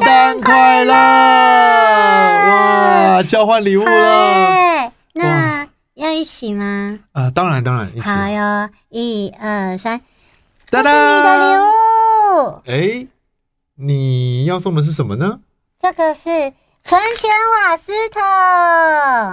诞快乐！哇，交换礼物了嗨，哎那要一起吗？啊！当然，当然，一起。好哟，一二三，这哒是你的礼哒！物，哎，你要送的是什么呢？这个是存钱瓦斯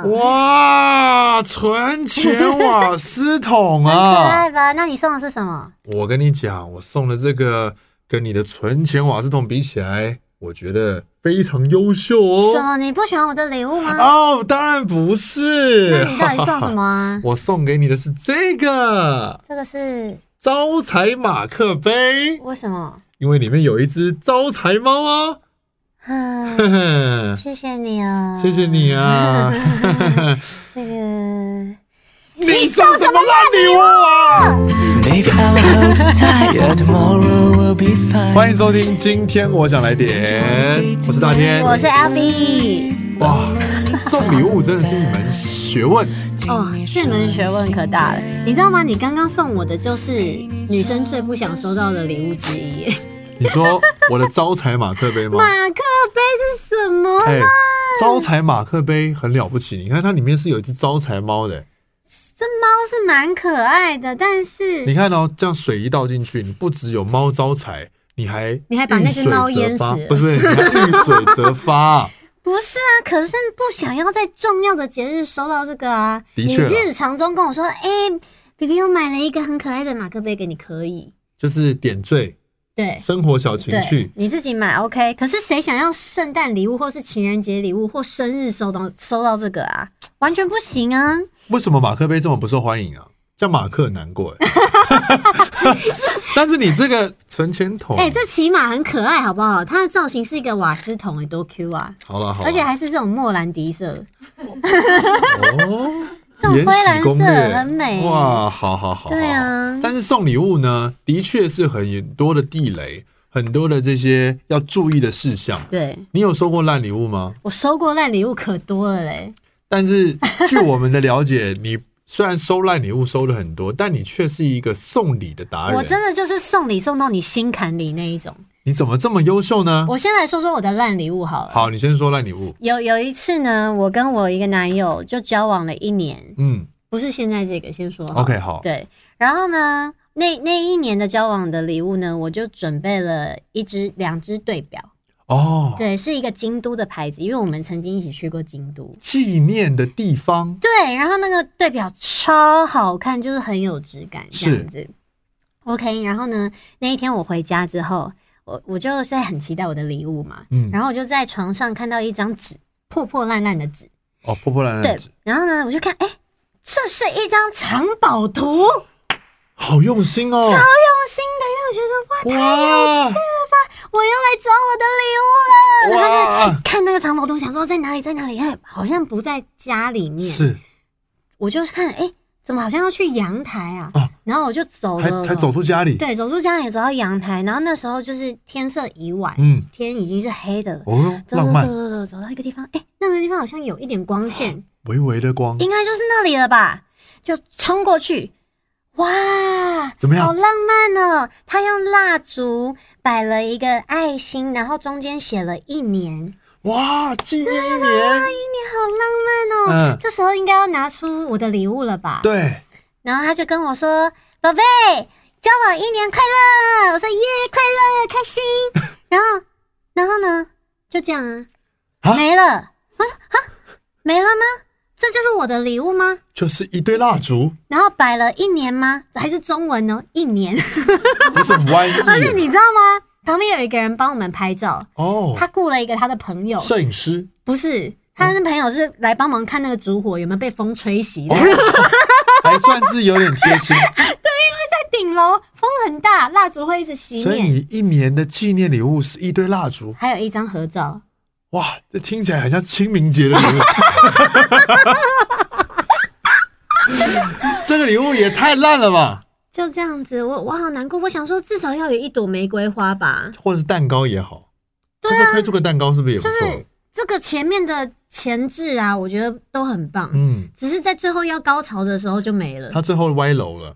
桶，哇，存钱瓦斯桶 很可啊！爱吧？那你送的是什么？我跟你讲，我送的这个跟你的存钱瓦斯桶比起来，我觉得非常优秀什哦。么？你不喜欢我的礼物吗？哦，当然不那是。？你到底送什么啊 我送给你的是这个这个是招财马克杯，为什么？因为里面有一只招财猫啊。 哼呵呵，啊谢谢你哦，谢谢你啊。 这个你送什么烂礼物啊？ Maybe I will hold you tight. Yeah, tomorrow will be fine. 欢迎收听，今天我想来点，我是大天，我是 L B，哇，送礼物真的是一门学问。哦，Oh, 这门学问可大了，你知道吗？你刚刚送我的就是女生最不想收到的礼物之一耶，你说我的招财马克 杯吗？马克杯是什么？哎，招财马克杯很了不起，你看它里面是有一只招财猫的。这猫是蛮可爱的，但是 你看 哦，这样水一倒进去，你不只有猫招财，你还你还把那只遇水猫淹则发死了不是不是，你还遇水则 发。不是啊，可是不想要在重要的节日收到这个啊。的你确啦日常中跟我说，哎、b b 我买了一个很可爱的马克杯给你，可以。就是点缀对，生活小情对趣，，你自己买 OK。可是谁想要圣诞礼物，或是情人节礼物，或生日收到收到这个啊？完全不行啊！为什么马克杯这么不受欢迎啊？叫马克很难过 哎。但是你这个存钱筒，哎、这骑马很可爱，好不好？它的造型是一个瓦斯桶，哎，多 Q 啊！好了好了，而且还是这种莫兰迪色，哦，这种延灰蓝禧色攻略很美哇，好好好，对啊好好但是送礼物呢，的确是很多的地雷，很多的这些要注意的事项。对你有收过烂礼物吗？我收过烂礼物可多了哎嘞。但是据我们的了解， 你虽然收烂礼物收了很多，但你却是一个送礼的达人。我真的就是送礼送到你心坎里那一种。你怎么这么优秀呢？我先来说说我的烂礼物好了。啊好，你先说烂礼物。有有一次呢，我跟我一个男友就交往了一年，嗯不是现在这个，先说好，OK，好，对，然后呢，那那一年的交往的礼物呢，我就准备了一只两只对表，哦，对，是一个京都的牌子，因为我们曾经一起去过京都。纪念的地方对，然后那个对表超好看，就是很有质感这样子。OK，然后呢，那一天我回家之后，我我就在很期待我的礼物嘛，嗯然后我就在床上看到一张纸，破破烂烂的纸，哦，破破烂烂对的纸，，然后呢，我就看，哎、这是一张藏宝图，好用心哦，用心的，因为我觉得哇，哇我又来找我的礼物了。然后哇就，看那个藏宝图，想说在哪里，在哪里？哎，好像不在家里面。是我就是看，哎，怎么好像要去阳台啊？啊然后我就走还了，还走出家里，对，走出家里，走到阳台。然后那时候就是天色已晚，嗯，天已经是黑的了。哦哟，走走浪走漫，走走，走到一个地方，哎，那个地方好像有一点光线，微微的光，应该就是那里了吧？就冲过去，哇，怎么样好浪漫哦！他用蜡烛摆了一个爱心，然后中间写了一年，哇，纪念一年，哎你好浪漫哦！嗯这时候应该要拿出我的礼物了吧？。对，然后他就跟我说：“宝贝，交往一年快乐！”我说：“耶，快乐，开心。” 然后，然后呢？就这样啊，啊没了。我说：“啊，没了吗？这就是我的礼物吗？”就是一堆蜡烛，然后摆了一年吗？还是中文呢？一年，不是 弯而且月你知道吗？旁边有一个人帮我们拍照，哦，他雇了一个他的朋友，摄影师，不是他的朋友是来帮忙看那个烛火有没有被风吹熄的。哦 还算是有点贴心，在顶楼风很大，蜡烛 会一直熄所以灭。你一年的纪念礼物是一堆蜡烛，还有一张合照，哇，这听起来很像清明节的礼物。 这个礼物也太烂了吧，就这样子，我我好难过。我想说，至少要有一朵玫瑰花吧。或者是蛋糕也好，对啊，推出个蛋糕是不是也不就是错？这个前面的前置啊，我觉得都很棒，嗯，只是在最后要高潮的时候就没了，他最后歪楼 了，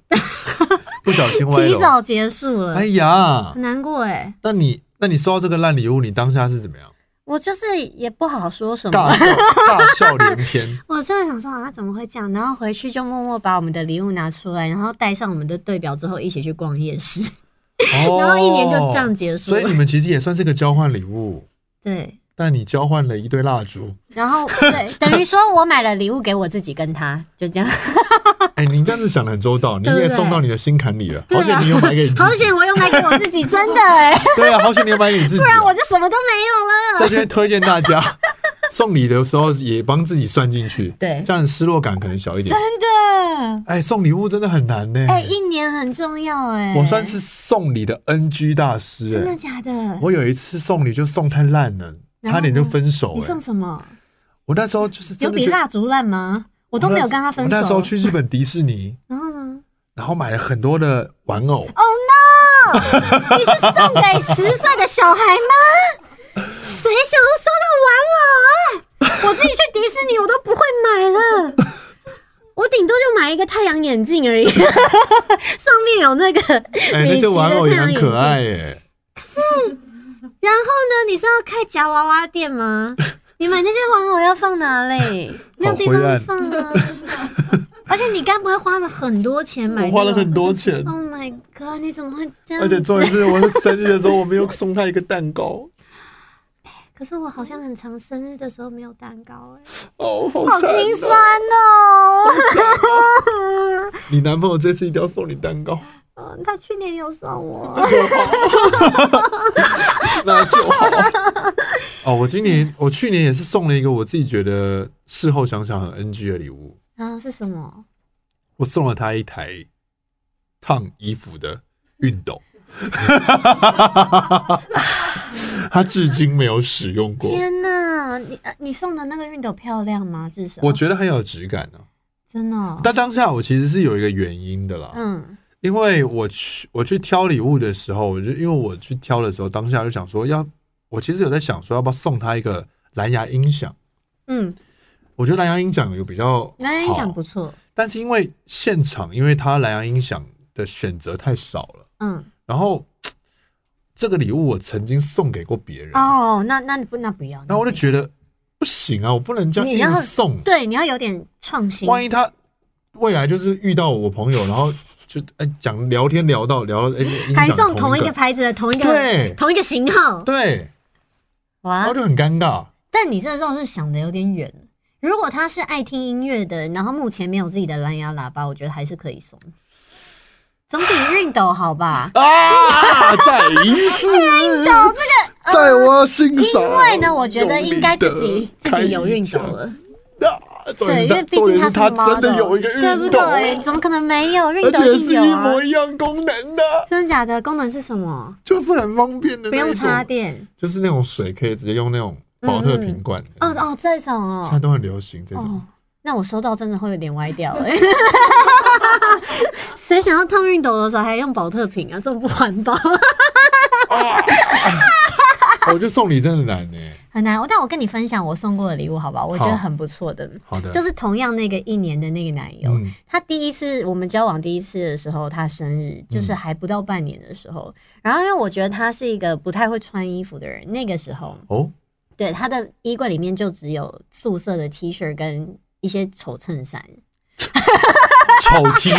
不小心歪提楼。早结束了哎，呀，很难过哎、那你那你收到这个烂礼物，你当下是怎么样？我就是也不好说什么大，笑大笑连篇。 我真的想说啊，怎么会这样？然后回去就默默把我们的礼物拿出来，然后带上我们的对表之后，一起去逛夜市。 哦然后一年就这样结束所以你们其实也算是个交换礼物，对，但你交换了一堆 蜡烛。然后对，等于说我买了礼物给我自己跟他，就这样。 哎、你这样子想的很周到，你对不也对送到你的心坎里了。对好啊险你有买给你自己，好险我有买给我自己，真的哎、对啊，好险你有买给你自己，不不 然我就什么都没有了。在这边推荐大家 送礼的时候也帮自己算进去，对这样失落感可能小一点。真的，哎，送礼物真的很难呢、哎、一年很重要哎、我算是送礼的 NG 大师、真的哎，假的？我有一次送礼就送太烂了，然后呢差点就分手、你哎送，什么？我那时候就是有真的比觉得蜡烛烂吗？我我都没有那时跟他分我手。那时候去日本迪士尼，然后呢？然后买了很多的玩偶，哦 Oh, 你是送给十岁的小孩吗？谁想要收到玩偶啊？我自己去迪士尼我都不会买了，我顶多就买一个太阳眼镜而已， 上面有那个哎、那米奇些的玩偶太也阳很眼可镜。爱、哎，然后呢？你是要开夹娃娃店吗？你买那些玩偶要放哪里？没有地好灰方暗放啊！ 而且你该不会花了很多钱买、我花了很。多钱。 Oh my god！你怎么会这样？而且重点是，我的生日的时候，我没有送他一个蛋糕，可是我好像很长生日的时候没有蛋糕哎、哦，好嗯 好惨心哦酸哦、你男朋友这次一定要送你蛋 糕，嗯他去年有送我，那就好。哦，我今年我去年也是送了一个我自己觉得事后想想很 NG 的礼物，然啊后是什么？我送了他一台烫衣服的熨 斗，他至今没有使用过，天哪，你呃你送的那个熨斗漂亮吗？至少我觉得很有质感呢、真的哦、但当下我其实是有一个原因的啦，嗯因为我去我去挑礼物的时候，我就因为我去挑的时候，当下就想说要，我其实有在想说要不要送他一个蓝牙音响。嗯，我觉得蓝牙音响有比较那音响好不错，但是因为现场，因为它蓝牙音响的选择太少了，嗯然后这个礼物我曾经送给过别人，然哦，那那不那不要，后我就那不觉得不行啊，我不能这你样要硬送要，对你要有点创新，万一他未来就是遇到我朋友，然后就哎讲聊天聊到聊到 哎音还响送同同一个牌子的同一个对同一个型号，对，然哇后！就很尴尬。？但你这时候是想的有点远。如果他是爱听音乐的，然后目前没有自己的蓝牙喇叭，我觉得还是可以送，总比熨斗好吧 啊！再一 次，哎在我心上。呃因为呢，我觉得应该自己自己有熨斗了，啊。重对，点因为是毕竟重点是它他是 model，真的有一个对熨不斗，对？怎么可能没有熨而斗？且是有一啊模一样功能啊的，真的假的？功能是什么？就是很方便的不那一用种，插电。就是那种水可以直接用那种保特瓶罐。哦，哦，这种哦现在，都很流行这种哦。，那我收到真的会有点歪掉哎、 欸。谁想要烫熨斗的时候还用保特瓶啊？这么不环保，哦我觉得送礼真的难呢。很难。但我跟你分享我送过的礼物，好不好？我觉得好很不错的，好的，就是同样那个一年的那个奶油。嗯他第一次我们交往第一次的时候，他生日嗯就是还不到半年的时候。然后因为我觉得他是一个不太会穿衣服的人，那个时候哦，对他的衣柜里面就只有素色的 T 恤跟一些丑衬衫。丑 T，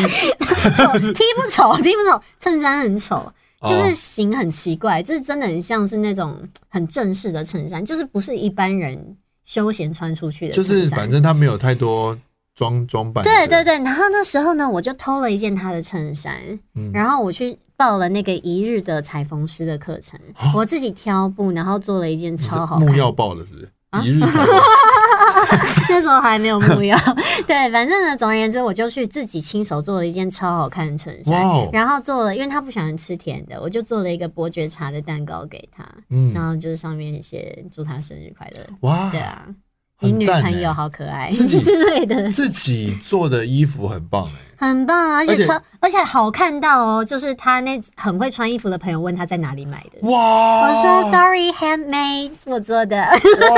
丑 T 不丑，T 不丑，衬衫很丑，就是哦型很奇怪，就是真的很像是那种很正式的衬衫，就是不是一般人休闲穿出去的就衬衫。是反正他没有太多装装扮。对对对，对，然后那时候呢，我就偷了一件他的衬衫，嗯然后我去报了那个一日的裁缝师的课程，我自己挑布，然后做了一件啊你是超好看啊木曜爆了是不是？一日才爆 那时候还没有木曜， 对，反正呢，总而言之，我就去自己亲手做了一件超好看的衬衫哇哦然后做了，因为他不喜欢吃甜的，我就做了一个伯爵茶的蛋糕给他， 嗯然后就是上面写祝他生日快乐，哇，啊对啊，你很女赞朋友欸好可爱自 己之类的，自己做的衣服很棒哎、很棒啊，而而且且超而且好看到哦，就是他那很会穿衣服的朋友问他在哪里买的，我哇！说 sorry handmade 是我做的，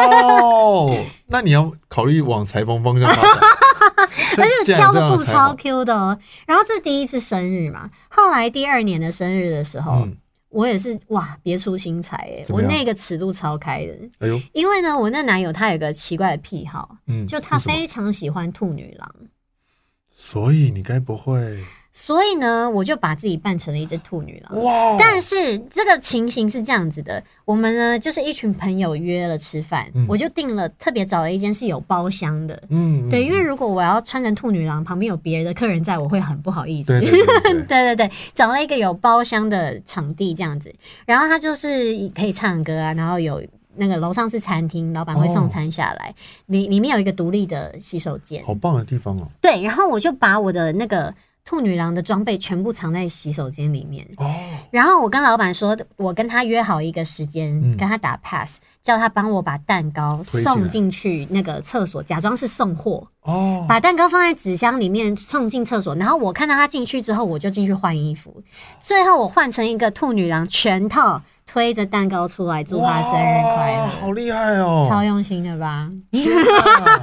哇哦，那你要考虑往裁缝方向发展， 而且挑的布超超 Q 的哦。然后这是第一次生日嘛，后来第二年的生日的时候，嗯我也是哇，别出心裁哎、怎么我样那个尺度超开的，哎呦，因为呢，我那男友他有个奇怪的癖好，嗯，就他是什么非常喜欢兔女郎，所以你该不会所以呢，我就把自己扮成了一只兔女郎。哇？但是这个情形是这样子的，我们呢就是一群朋友约了吃饭，嗯我就订了特别找了一间是有包厢的，嗯，嗯对，因为如果我要穿成兔女郎，旁边有别的客人在，我会很不好意思。对对 对对对，对对对，找了一个有包厢的场地这样子，然后它就是可以唱歌啊，然后有那个楼上是餐厅，老板会送餐下来，里、里面有一个独立的洗手间，哦好棒的地方哦。对，然后我就把我的那个兔女郎的装备全部藏在洗手间里面，哦，然后我跟老板说，我跟他约好一个时间，嗯跟他打 pass，叫他帮我把蛋糕推进来送进去那个厕所，假装是送货。哦，把蛋糕放在纸箱里面送进厕所，然后我看到他进去之后，我就进去换衣服。最后我换成一个兔女郎全套，推着蛋糕出来祝他生日快乐，哇好厉害哦！超用心的吧？天哪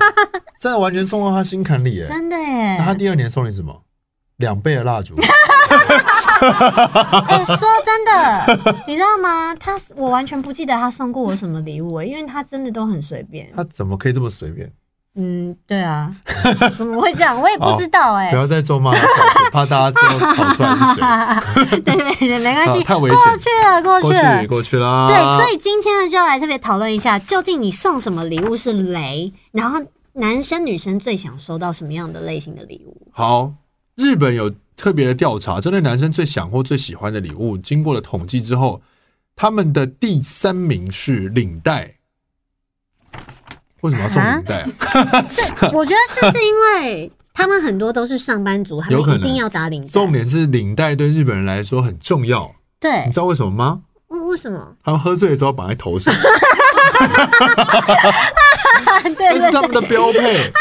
真的完全送到他心坎里耶。真的那他耶！第二年送你什么？两倍的蜡 烛，哎、说真 的，你知道吗？他我完全不记得他送过我什么礼物耶，因为他真的都很随便。他怎么可以这么随便？嗯，对啊，怎么会这样？我也哦不知道哎、不要再咒骂他小姐，怕大家知道吵出来是谁。对对对， 没关系， 啊太危过险去了，过过去了去，。过去啦。对，所以今天呢，就要来特别讨论一下，究竟你送什么礼物是雷，然后男生女生最想收到什么样的类型的礼物？好，日本有特别的调查，针对男生最想或最喜欢的礼物，经过了统计之后，他们的第三名是领带。为什么要送领带啊？这我觉得是不是因为他们很多都是上班族，他有可们一能定要打领重带？点是领带对日本人来说很重要，对你知，道为什么吗？为为什 么？他们喝醉的时候绑在 头上，对这是对他们的标配。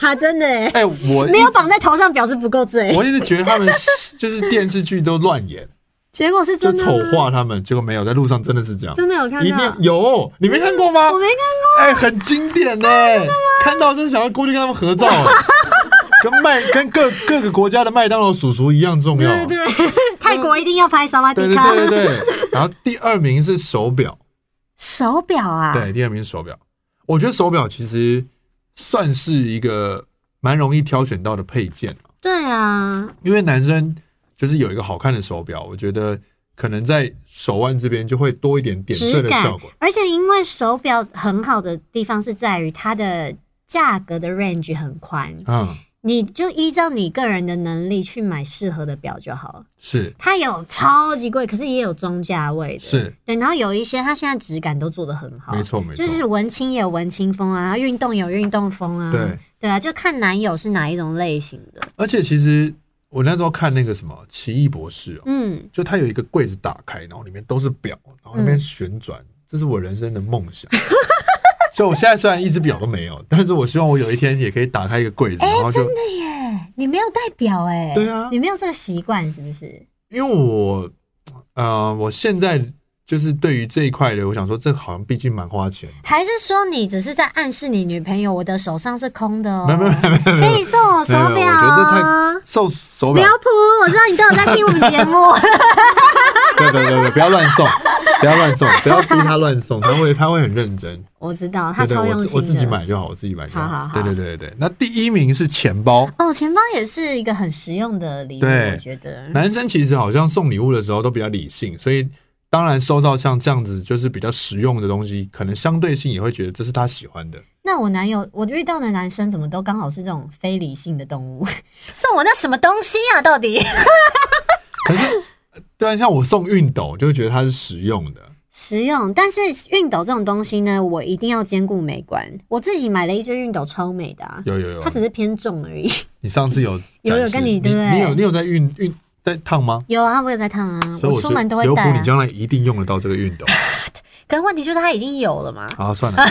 对， 真的耶哎、我没有绑在头上表示不够醉，我一直觉得他们 就是电视剧都乱演，结果是就真的丑吗，化他们，结果没有，在路上真的是这样。真的有看一到定。有，你没看过吗？我没看哎、很经典呢、看到真的想要过去跟他们 合照，跟麦跟各各个国家的麦当劳叔叔一样重过，要。对对对，泰国一定要 拍萨瓦迪对对卡对对对然后第二名是手表，手表啊，对，第二名是手表。我觉得手表其实算是一个蛮容易挑选到的配件啊对啊，因为男生就是有一个好看的手表，我觉得可能在手腕这边就会多一点点质缀的感效果。，而且因为手表很好的地方是在于它的价格的 range 很宽，嗯，你就依照你个人的能力去买适合的表就好了。是它有超级贵，可是也有中价位的，是对。然后有一些它现在质感都做得很好，没错没错就是文青也有文青风啊，然后运动也有运动风啊，对对啊，就看男友是哪一种类型的。而且其实我那时候看那个什么《奇异博士》哦，嗯，就它有一个柜子打开，然后里面都是表，然后那边旋转，这是我人生的梦想。就我现在虽然一只表都没有，但是我希望我有一天也可以打开一个柜子，然后就对耶，你没有戴表哎，对啊你没有这个习惯是不是？因为我呃，我现在就是对于这一块的，我想说这好像毕竟蛮花钱的，还是说你只是在暗示你女朋友，我的手上是空的哦？没有没有没有没有可以送我手没表有，我觉得这哦太受手不表要，扑，我知道你都有在听我们节目。对对对对，不要乱送，不要乱送，不要逼他乱送，他会他会很认真。 我知道，他对对，超我用自心的。我自己买就好，我自己买就好。好好好对对对对对。那第一名是钱包，哦，钱包也是一个很实用的礼物，对我觉得。男生其实好像送礼物的时候都比较理性，所以当然收到像这样子就是比较实用的东西，可能相对性也会觉得这是他喜欢的。那我男友，我遇到的男生怎么都刚好是这种非理性的动物， 送我那什么东西啊？到底可是，对啊，像我送熨斗，就会觉得它是实用的。实用，但是熨斗这种东西呢，我一定要兼顾美观。我自己买了一只熨斗，超美的、啊，有有有它，只是偏重而已。你上次有有有展示跟你你对不对你有你有在熨熨在烫吗？有啊，我有在烫啊，所以出门都会刘带、普，啊你。将来一定用得到这个 熨斗。可是问题就是它已经有了嘛。好，算 了。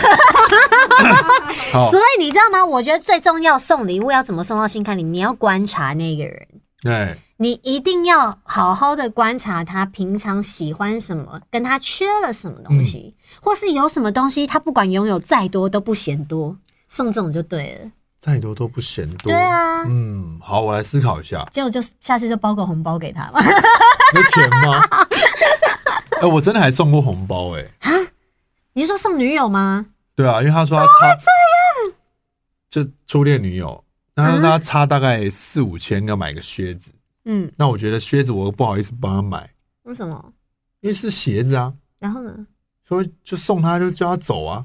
好哦所，以你知道吗？我觉得最重要送礼物要怎么送到心坎里，你要观察那个人，对，你一定要好好的观察他平常喜欢什么，跟他缺了什么东西，嗯或是有什么东西他不管拥有再多都不嫌多，送这种就对了。再多都不嫌多。对啊嗯，好，我来思考一下。 结果就下次就包个红包给他嘛。有钱吗？哎、我真的还送过红包哎、 你是说送女友吗？对啊，因为他说他差，就初恋女友，那他说他差大概四五千要买个靴子，嗯，那我觉得靴子我又不好意思帮他买，为什么？因为是鞋子啊，然后呢？所以就送他就叫他走啊。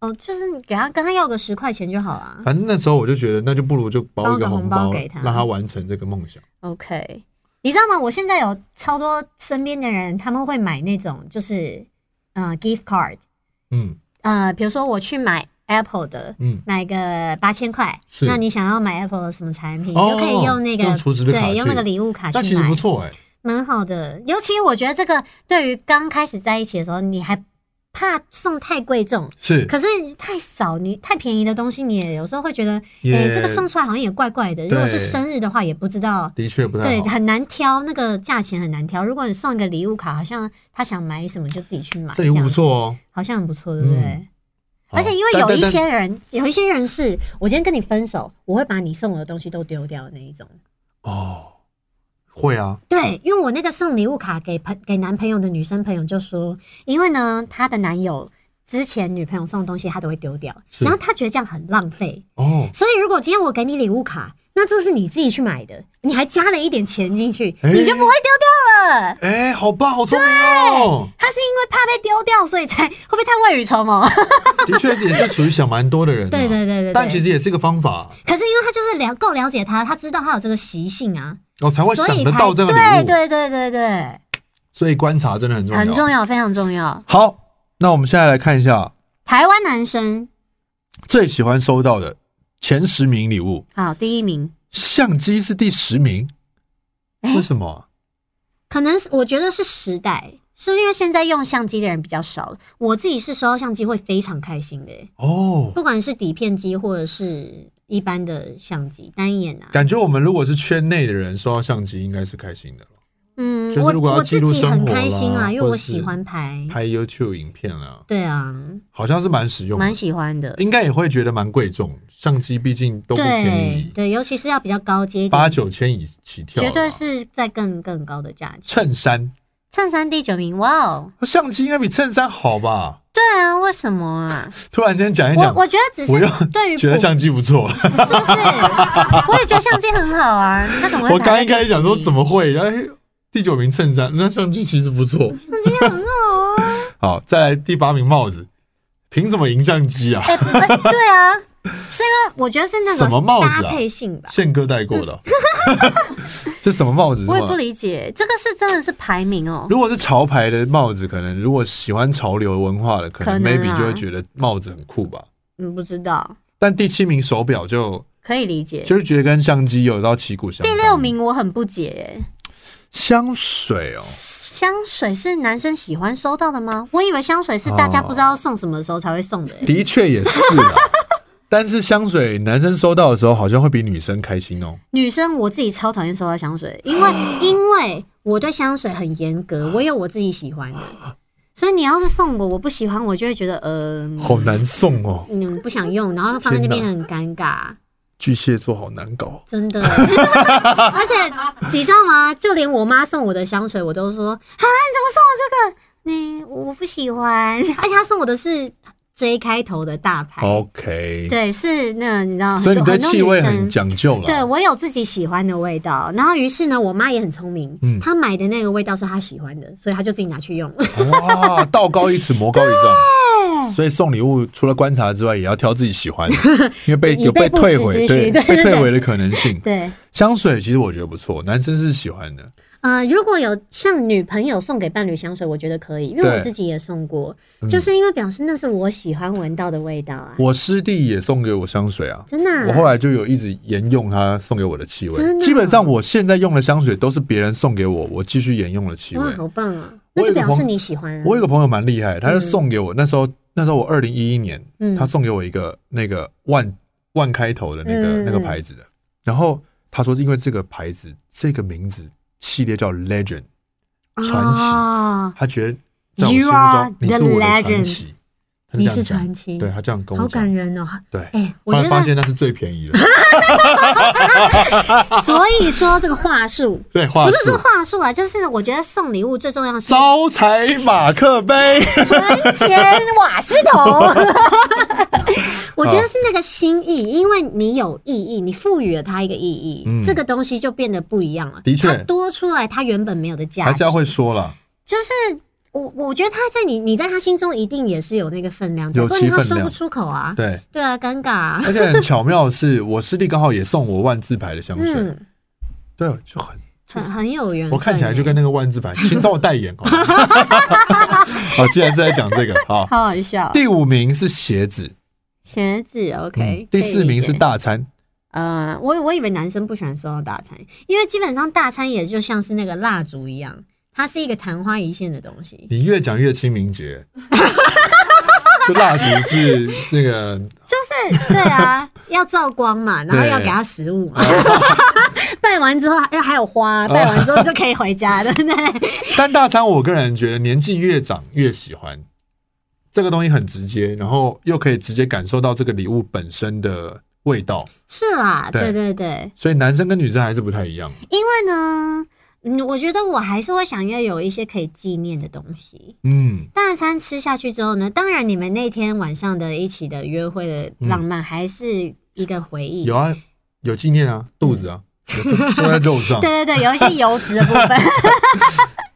哦，就是你给他跟他要个十块钱就好了。啊反正那时候我就觉得，那就不如就包一个红包个包红包给他让他完成这个梦想。 OK，你知道吗？我现在有超多身边的人，他们会买那种就是嗯、呃 gift card，嗯呃，比如说我去买 Apple 的，嗯，买个八千块，是那你想要买 Apple 的什么产品，哦就可以用那个用储值的卡对，去用那个礼物卡那啊去其实不买，错哎、蛮好的。尤其我觉得这个对于刚开始在一起的时候，你还怕送太贵重。是可是太少，你太便宜的东西，你也有时候会觉得，哎、也这个送出来好像也怪怪的。如果是生日的话，也不知道的确不太对，好。很难挑那个价钱很难挑。如果你送一个礼物卡，好像他想买什么就自己去买，这礼物样不子错哦、好像很不错，对不对？嗯好而且因为有但一但些人，有一些人是我今天跟你分手，我会把你送我的东西都丢掉的那一种。但哦，会啊，对，因为我那个送礼物卡给朋给男朋友的女生朋友就说，因为呢，她的男友之前女朋友送的东西她都会丢掉，是然后她觉得这样很浪费，哦，所以如果今天我给你礼物卡，那这是你自己去买的，你还加了一点钱进去，哎你就不会丢掉了。哎、好棒，好聪明哦，他是因为怕被丢掉，所以才会不会太未雨绸缪？ 的确也是属于想蛮多的人、啊。对对对对对但其实也是一个方法，可是因为他就是了够了解他，他知道他有这个习性啊，哦，才会所想以得才到这样的礼对对物。对对对，所以观察真的很重要。很重要，非常重要。好，那我们现在来看一下台湾男生，最喜欢收到的前十名礼物，好，第一名，相机是第十名，哎为什么啊？可能是我觉得是时代，是不是因为现在用相机的人比较少了？我自己是收到相机会非常开心的、欸哦，不管是底片机或者是一般的相机，单眼啊，感觉我们如果是圈内的人收到相机，应该是开心的了嗯，就是我如果要我记自录己很生活开心啦啊，因为我或是喜欢拍，拍 YouTube 影片啊，对啊，好像是蛮实用的蛮，喜欢的。应该也会觉得蛮贵重。相机毕竟都不便对宜，对，尤其是要比较高阶一点，八九啊千以起跳了绝吧，对是在更更高的价钱。衬衫，衬衫第九名，哇哦！相机应该比衬衫好吧？对啊，为什么啊？突然间讲一我讲，我觉得只我又是对于觉得普相机不错。是 不是？我也觉得相机很好啊，他怎么会？我刚一开始想说怎么么会，然后哎第九名衬衫，那相机其实不错。很好啊？好，再来第八名帽子，凭什么赢相机啊？哎、哎对啊，是因为我觉得是那什么帽种子啊搭配性吧。宪哥戴过 的，这什么帽子？是我也不吗？理解，这个是真的是排名哦。如果是潮牌的帽子，可能如果喜欢潮流文化的，可能可能 maybe 啊就会觉得帽子很酷吧。嗯，不知道，但第七名手表就可以理解。就是觉得跟相机有到旗鼓相第当。六名我很不解、哎香水哦，香水是男生喜欢收到的吗？我以为香水是大家不知道送什么的时候才会送的、欸。的确也是啦。 但是香水男生收到的时候，好像会比女生开心哦。女生我自己超讨厌收到香水，因为因为我对香水很严格，我有我自己喜欢的，所以你要是送我我不喜欢，我就会觉得嗯、好难送哦，嗯不想用，然后放在那边天很尴尬，巨蟹座好难搞。真的。而且你知道吗？就连我妈送我的香水，我都说啊你怎么送我这个？你我不喜欢，而且她送我的是 J 开头的大牌。 OK，对，是那你知道，所以你很多对气味很多很女啊生讲究了。对我有自己喜欢的味道，然后于是呢，我妈也很聪明，嗯她买的那个味道是她喜欢的，所以她就自己拿去用。哇，道高一尺，魔高一丈。所以送礼物除了观察之外，也要挑自己喜 欢的，因为被以有被备不退时之回，对，需对被对退对回的可能性。对，香水其实我觉得不错，男生是喜欢的。 呃，如果有像女朋友送给伴侣香水，我觉得可以，因为对嗯我自己也送过，就是因为表示那是我喜欢闻到的味道啊，我师弟也送给我香水啊，真的啊、我后来就有一直沿用他送给我的气味。真的啊基本上我现在用的香水都是别人送给我，我继续沿用的气味哇，。好棒啊！那我有就一个表示朋你喜欢、啊。我有个朋友蛮厉害，他就送给我那时候，那时候我二零一一年，嗯他送给我一个那个万万开头的那个嗯那个牌子的，然后他说因为这个牌子这个名字系列叫 Legend 传奇，啊他觉得在我心目 You are 中你是我的传 the 奇，他就这你样是讲传奇对他这样跟我好讲感，人哦。对，哎我后来觉得发现那是最便 宜的，所以说这个话术，对，话不术是说话术啊，就是我觉得送礼物最重要的是招财马克 杯， 哎存钱瓦斯桶。 我觉嗯得是那个心意，因为你有意义，你赋予了它一个意义，嗯这个东西就变得不一样了。的确它多出来它原本没有的价值。还是要会说了，就是我我觉得他在你你在他心中一定也是有那个分量的，有不其然他分说量不出口啊。对。对啊，尴尬、啊。而且很巧妙的是，我师弟刚好也送我万字牌的香水，嗯，对，就很，很很有缘分欸。我看起来就跟那个万字牌，请找我代言哦。哦 好，既然是在讲这个，好，好好笑。第五名是鞋子，鞋子嗯，OK、第四名是大。大餐，呃，我我以为男生不喜欢收到大餐，因为基本上大餐也就像是那个蜡烛一样，它是一个昙花一现的东西。你越讲越清明节， 就蜡烛是那个就是对啊，要照光嘛，然后对要给他食物嘛。拜完之后还还有花，拜完之后就可以回家，对不对？但大餐我个人觉得年纪越长越喜欢这个东西，很直接，然后又可以直接感受到这个礼物本身的味道，是啦，对对对对，所以男生跟女生还是不太一样。因为呢，嗯，我觉得我还是会想要有一些可以纪念的东西。嗯，大餐吃下去之后呢，当然你们那天晚上的一起的约会的浪漫还是一个回忆。有啊，有纪念啊，肚子啊，都在肉上。对对对，有一些油脂的部 分。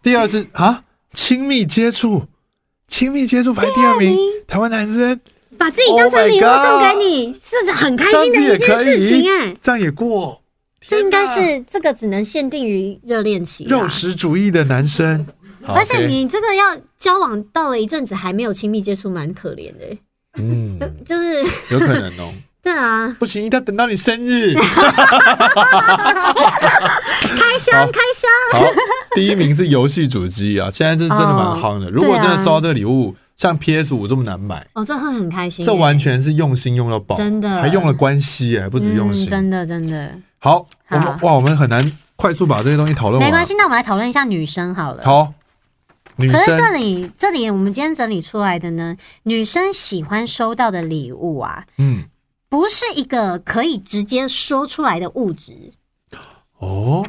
第二 是啊，亲密接触，亲密接触排第二名，台湾男生把自己当成礼物送给你，是很开 Oh 这样心子的也一件可事以情哎，。这样也过，这应该天哪是这个只能限定于热恋期啦肉食主义的男生。好而且 OK 你这个要交往到了一阵子还没有亲密接触，蛮可怜的欸。嗯，就是 有可能哦。对啊，不行，一定要等到你生 日。开箱开箱，好，第一名是游戏主机啊，现在这真的蛮夯的。哦如果真的对收到啊这个礼物，像 PS 五这么难买，哦，这会很开心欸。这完全是用心用到爆，真的还用了关系耶，还不止用嗯心。真的真的好，我们好哇，我们很难快速把这些东西讨论没完。关系。那我们来讨论一下女生好了。好，女可是生这里，这里我们今天整理出来的呢，女生喜欢收到的礼物啊，嗯，不是一个可以直接说出来的物质，哦，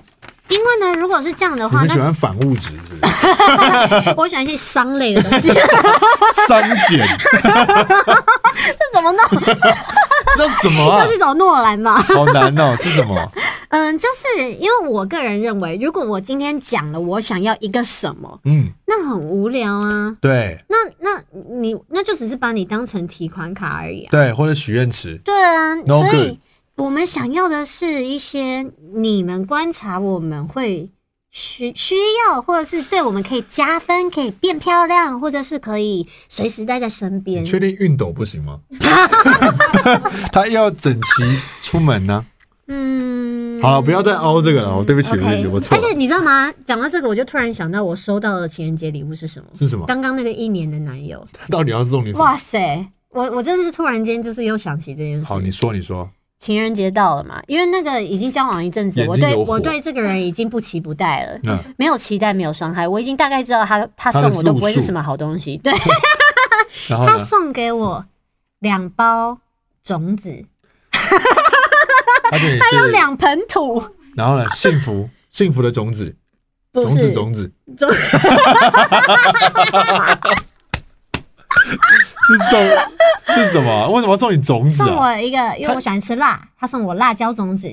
因为呢，如果是这样的你话，们喜那欢反物质是不是？我喜欢一些伤类的东 西，删 减，这怎么弄？那什么 啊要？去找诺兰吧。好难哦，是什么？嗯，就是因为我个人认为，如果我今天讲了我想要一个什么，嗯，那很无聊啊。对那那你那就只是把你当成提款卡而已啊。对，或者许愿池，对啊 No 所 good 以我们想要的是一些你们观察我们会需需要，或者是对我们可以加分、可以变漂亮，或者是可以随时待在身边你。确定熨斗不 行吗？他要整齐出门呢、嗯，好了，不要再凹这个了，我对不起，对不起，我错而且了。你知道吗？讲到这个，我就突然想到我收到的情人节礼物是什么？是什么？刚刚那个一年的男友。他到底要送你什么？哇塞！我我真的是突然间就是又想起这件事。好，你说，你说，情人节到了嘛，因为那个已经交往一阵子，眼睛我对有火我对这个人已经不期不待了，嗯没有期待，没有伤害，我已经大概知道他他送我都不会是什 么好东西。对，然后他呢？送给我两包种子，而且还有是，两盆土，然后呢？幸福，幸福的种子，不种子，是种 子，种子是送是什么啊？为什么要送你种子送啊？我一个，因为我喜欢吃辣，他送我辣椒种子。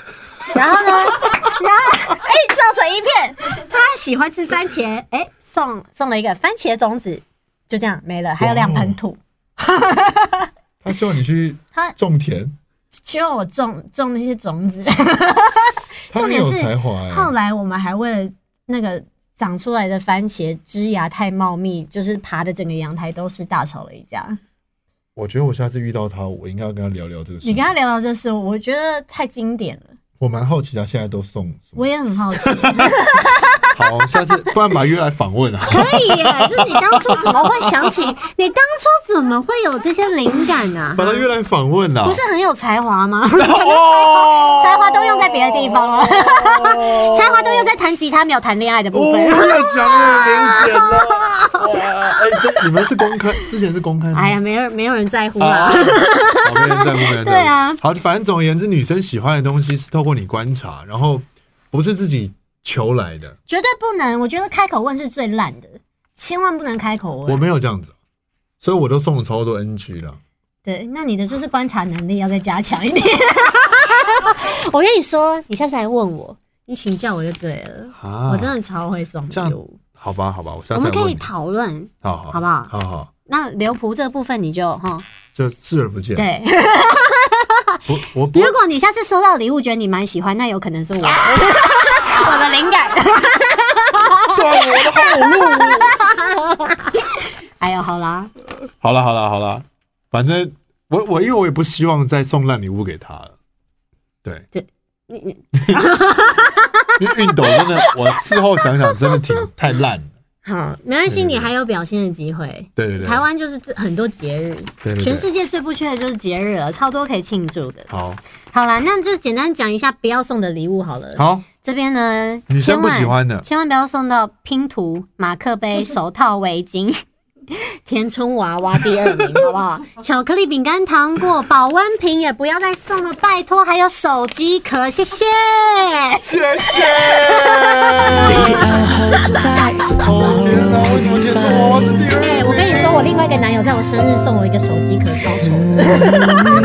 然后呢， 然后哎，笑成一片。他喜欢吃番茄，哎，送送了一个番茄种子，就这样没了，还有两盆土。他希望你去他种田，希望我种种那些种子。他很重点有是才华后哎。来我们还为了那个长出来的番茄枝芽太茂密，就是爬的整个阳台都是，大吵了一架。我觉得我下次遇到他，我应该要跟他聊聊这个事你情跟。他聊到这事，我觉得太经典了，我蛮好奇他现在都送什我么，也很好奇。好，下次不然把约来访问啊。 可以耶，就是你当初怎么会想起？你当初怎么会有这些灵感 呢、把他约来访问啊！不是很有才华吗？哦，才华都用在别的地方了 哦才华都用在弹吉他没有谈恋爱的部哦，分。越讲越明显了。哇， 哎，这你们是公开，之前是公开吗？哎呀，没人没有人在乎啊，啦。 好，没人在乎，没人在乎。对啊好，反正总而言之，女生喜欢的东西是透过你观察，然后不是自己求来的。绝对不能，我觉得开口问是最烂的，千万不能开口我问。没有这样子，所以我都送了超多 NG 了。对，那你的就是观察能力要再加强一点。 我跟你说，你下次来问我，你请教我就对了。啊我真的超会送这样礼物，好吧，好吧，我下我们次来可问以你。讨论。好好，好不好好好，那刘仆这部分你就哈，就视而不见。对。我我不 如果你下次收到礼物觉得你蛮喜欢，那有可能 是我我的灵感。断我的后路。哎呦，好啦，好了，好了，好了，反正我我因为我也不希望再送烂礼物给他了。对，你你 因为熨斗真的，我事后想想真的挺太烂了。好，没关系，对对对你还有表现的机会。对对对，台湾就是最很多节日，对对对全世界最不缺的就是节日了，超多可以庆祝的。好好啦，那就简单讲一下不要送的礼物好了。好这边呢，女生千万不喜欢的千万不要送到拼图、马克杯、手套、围 巾。填充娃娃第二名，好不 好？巧克力、饼干、糖果、保温瓶也不要再送了，拜托。还有手机壳，谢谢。谢谢。哎 Baby, I'll hold you tight, so 哦天哪，哎、我为什么今天做娃娃是第二名？tomorrow will be fine. 跟你说，我另外一个男友在我生日送我一个手机壳，超丑的。